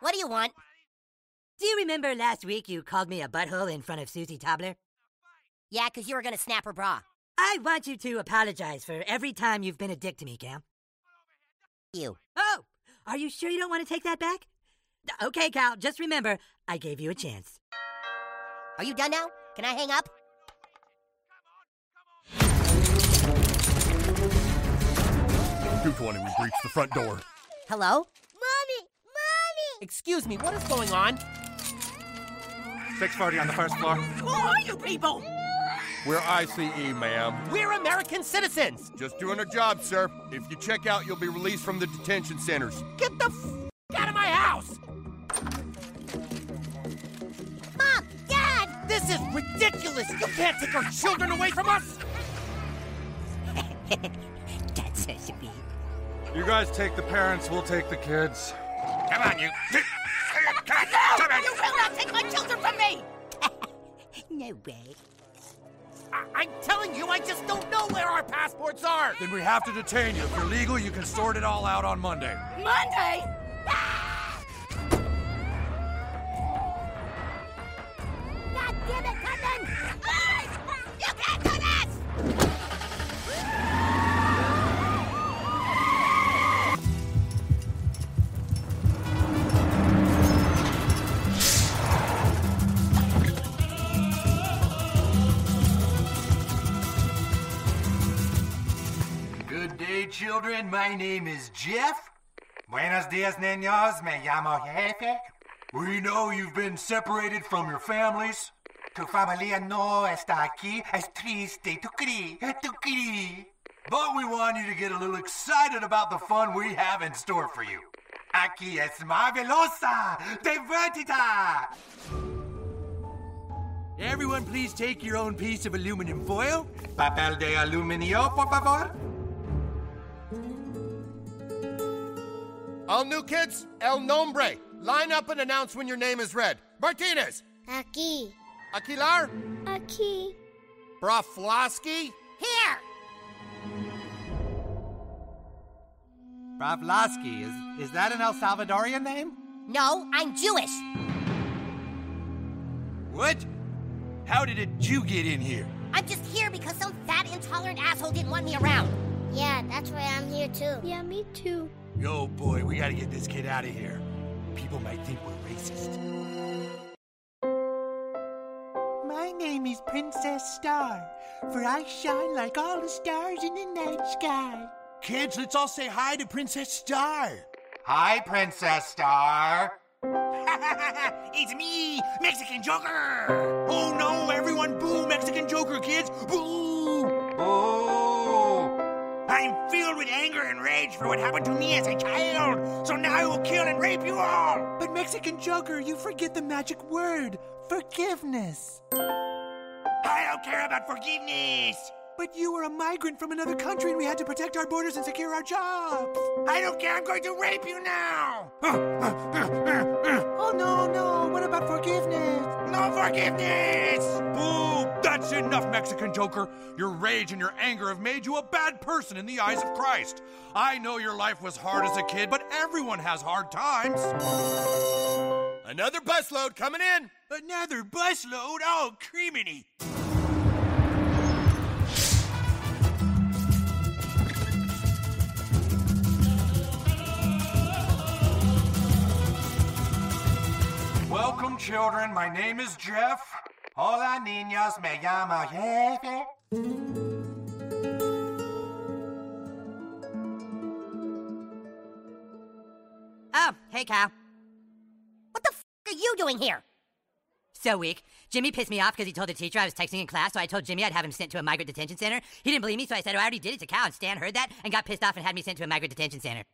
What do you want? Do you remember last week you called me a butthole in front of Susie Tobler? Yeah, 'cause you were going to snap her bra. I want you to apologize for every time you've been a dick to me, Cam. You. Oh, are you sure you don't want to take that back? Okay, Cal, just remember, I gave you a chance. Are you done now? Can I hang up? Due to one who breached the front door. Hello? Mommy! Mommy! Excuse me, what is going on? 640 on the first floor. Who are you people? We're ICE, ma'am. We're American citizens. Just doing our job, sir. If you check out, you'll be released from the detention centers. Get the f- out of my house. Mom! Dad! This is ridiculous. You can't take our children away from us. That's how it should be. You guys take the parents, we'll take the kids. Come on, you. Come on, come on. You will not take my children from me! No way. I- I'm telling you, I just don't know where our passports are. Then we have to detain you. If you're legal, you can sort it all out on Monday. Monday! Ah! God damn it, Cotton! Ah! You can't do this! Good day, children. My name is Jeff. Buenos dias, niños. Me llamo Jefe. We know you've been separated from your families. Tu familia no está aquí. Es triste. Tu cri. Tu cri. But we want you to get a little excited about the fun we have in store for you. Aquí es maravillosa. Divertida. Everyone, please take your own piece of aluminum foil. Papel de aluminio, por favor. All new kids, El Nombre. Line up and announce when your name is read. Martinez, Aquí. Aquilar, Aquí. Broflovsky. Here! Pavlovsky, is, is that an El Salvadorian name? No, I'm Jewish. What? How did a Jew get in here? I'm just here because some fat, intolerant asshole didn't want me around. Yeah, that's why I'm here too. Yeah, me too. Yo, boy, we gotta get this kid out of here. People might think we're racist. My name is Princess Star, for I shine like all the stars in the night sky. Kids, let's all say hi to Princess Star. Hi, Princess Star. it's me, Mexican Joker. Oh no, everyone boo Mexican Joker, kids. Boo. Oh, I'm filled with anger and rage for what happened to me as a child. So now I will kill and rape you all. But Mexican Joker, you forget the magic word forgiveness. I don't care about forgiveness. But you were a migrant from another country and we had to protect our borders and secure our jobs. I don't care. I'm going to rape you now. Oh no, no, what about forgiveness? No forgiveness. Boo! That's enough, Mexican Joker. Your rage and your anger have made you a bad person in the eyes of Christ. I know your life was hard as a kid, but everyone has hard times. Another busload coming in. another busload? Oh, criminy. Welcome, children. My name is Jeff. Hola, niños. Me llamo Jefe. Oh, hey, Cal. What the f are you doing here? So weak. Jimmy pissed me off because he told the teacher I was texting in class, so I told Jimmy I'd have him sent to a migrant detention center. He didn't believe me, so I said, oh, I already did it to Cal, and Stan heard that and got pissed off and had me sent to a migrant detention center.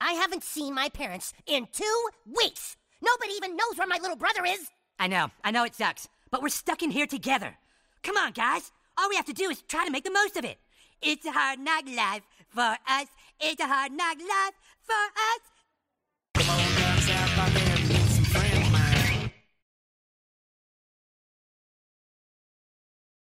I haven't seen my parents in two weeks. Nobody even knows where my little brother is. I know, I know it sucks, but we're stuck in here together. Come on, guys. All we have to do is try to make the most of it. It's a hard knock life for us. It's a hard knock life for us. Come on down, South Park, and